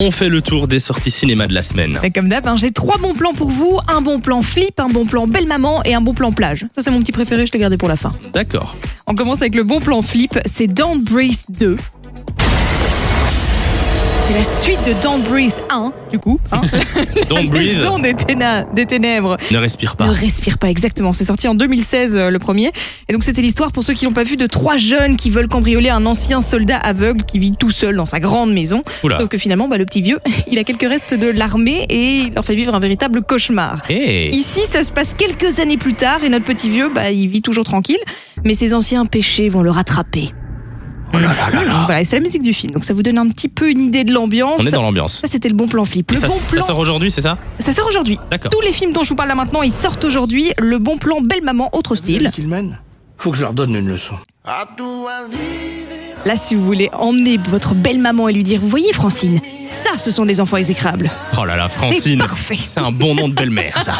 On fait le tour des sorties cinéma de la semaine. Et comme d'hab, hein, j'ai trois bons plans pour vous un bon plan flip, un bon plan belle maman et un bon plan plage. Ça, c'est mon petit préféré, je l'ai gardé pour la fin. D'accord. On commence avec le bon plan flip c'est Don't Breathe 2. C'est la suite de Don't Breathe 1, du coup. Hein, Don't la breathe. maison des, téna- des ténèbres. Ne respire pas. Ne respire pas, exactement. C'est sorti en 2016, euh, le premier. Et donc, c'était l'histoire, pour ceux qui l'ont pas vu, de trois jeunes qui veulent cambrioler un ancien soldat aveugle qui vit tout seul dans sa grande maison. Oula. Sauf que finalement, bah, le petit vieux, il a quelques restes de l'armée et il leur fait vivre un véritable cauchemar. Hey. Ici, ça se passe quelques années plus tard et notre petit vieux, bah, il vit toujours tranquille, mais ses anciens péchés vont le rattraper. Oh Voilà, et c'est la musique du film, donc ça vous donne un petit peu une idée de l'ambiance. On est dans l'ambiance. Ça, c'était le bon plan flip. Et Le ça, bon ça plan, sort aujourd'hui, c'est ça ça sort aujourd'hui. D'accord. Tous les films dont je vous parle là maintenant, ils sortent aujourd'hui. Le bon plan Belle Maman, autre style. qu'ils mènent Faut que je leur donne une leçon. Là, si vous voulez emmener votre belle maman et lui dire, vous voyez Francine, ça, ce sont des enfants exécrables. Oh là là, C'est Francine. parfait. C'est un bon nom de belle-mère, ça.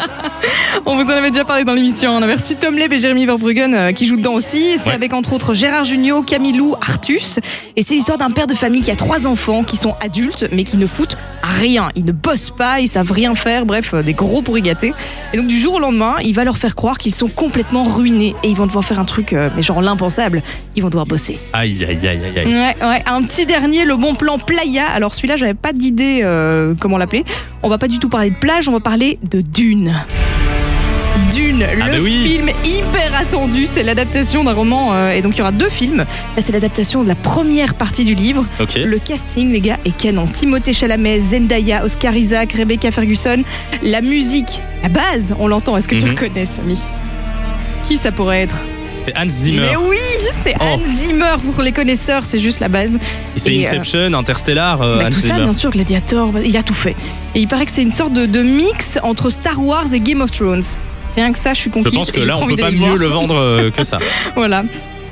On vous en avait déjà parlé dans l'émission. On avait reçu Tom Leb et Jérémy Verbruggen euh, qui jouent dedans aussi. C'est Ouais. avec entre autres Gérard Jugnot, Camilou, Artus. Et c'est l'histoire d'un père de famille qui a trois enfants qui sont adultes mais qui ne foutent rien. Ils ne bossent pas, ils savent rien faire. Bref, euh, des gros pourri gâtés. Et donc du jour au lendemain, il va leur faire croire qu'ils sont complètement ruinés et ils vont devoir faire un truc, euh, mais genre l'impensable. Ils vont devoir bosser. Aïe, aïe, aïe, aïe, aïe. Ouais, ouais. Un petit dernier, le bon plan playa. Alors celui-là, j'avais pas d'idée euh, comment l'appeler. On va pas du tout parler de plage, on va parler de dune. Dune, Ah le bah oui. film hyper attendu, c'est l'adaptation d'un roman euh, et donc il y aura deux films. Là, c'est l'adaptation de la première partie du livre. Ok. Mm. Le casting, les gars, est canon. Timothée Chalamet, Zendaya, Oscar Isaac, Rebecca Ferguson. La musique, la base, on l'entend. Est-ce que tu Mhm. reconnais, Samy Qui ça pourrait être C'est Hans Zimmer. Mais oui, c'est Oh. Hans Zimmer pour les connaisseurs, c'est juste la base. Et C'est et, euh, Inception, Interstellar, euh, Bah, Hans tout ça, Zimmer. bien sûr, Gladiator, bah, il a tout fait. Et il paraît que c'est une sorte de, de mix entre Star Wars et Game of Thrones. Rien que ça, je suis Je conquise. pense que et j'ai là, trop on envie peut pas d'aller mieux voir. le vendre euh, que ça. Voilà.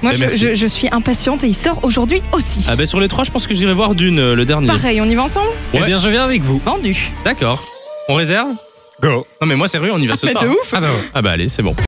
Moi, Eh, je, merci. je- je suis impatiente et il sort aujourd'hui aussi. Ah ben sur les trois, je pense que j'irai voir d'une euh, le dernier. Pareil, on y va ensemble Eh bien, je viens avec vous. Vendu. D'accord. On réserve Go. Non mais moi sérieux, on y va ce Mais soir. de ouf Ah bah allez, c'est bon.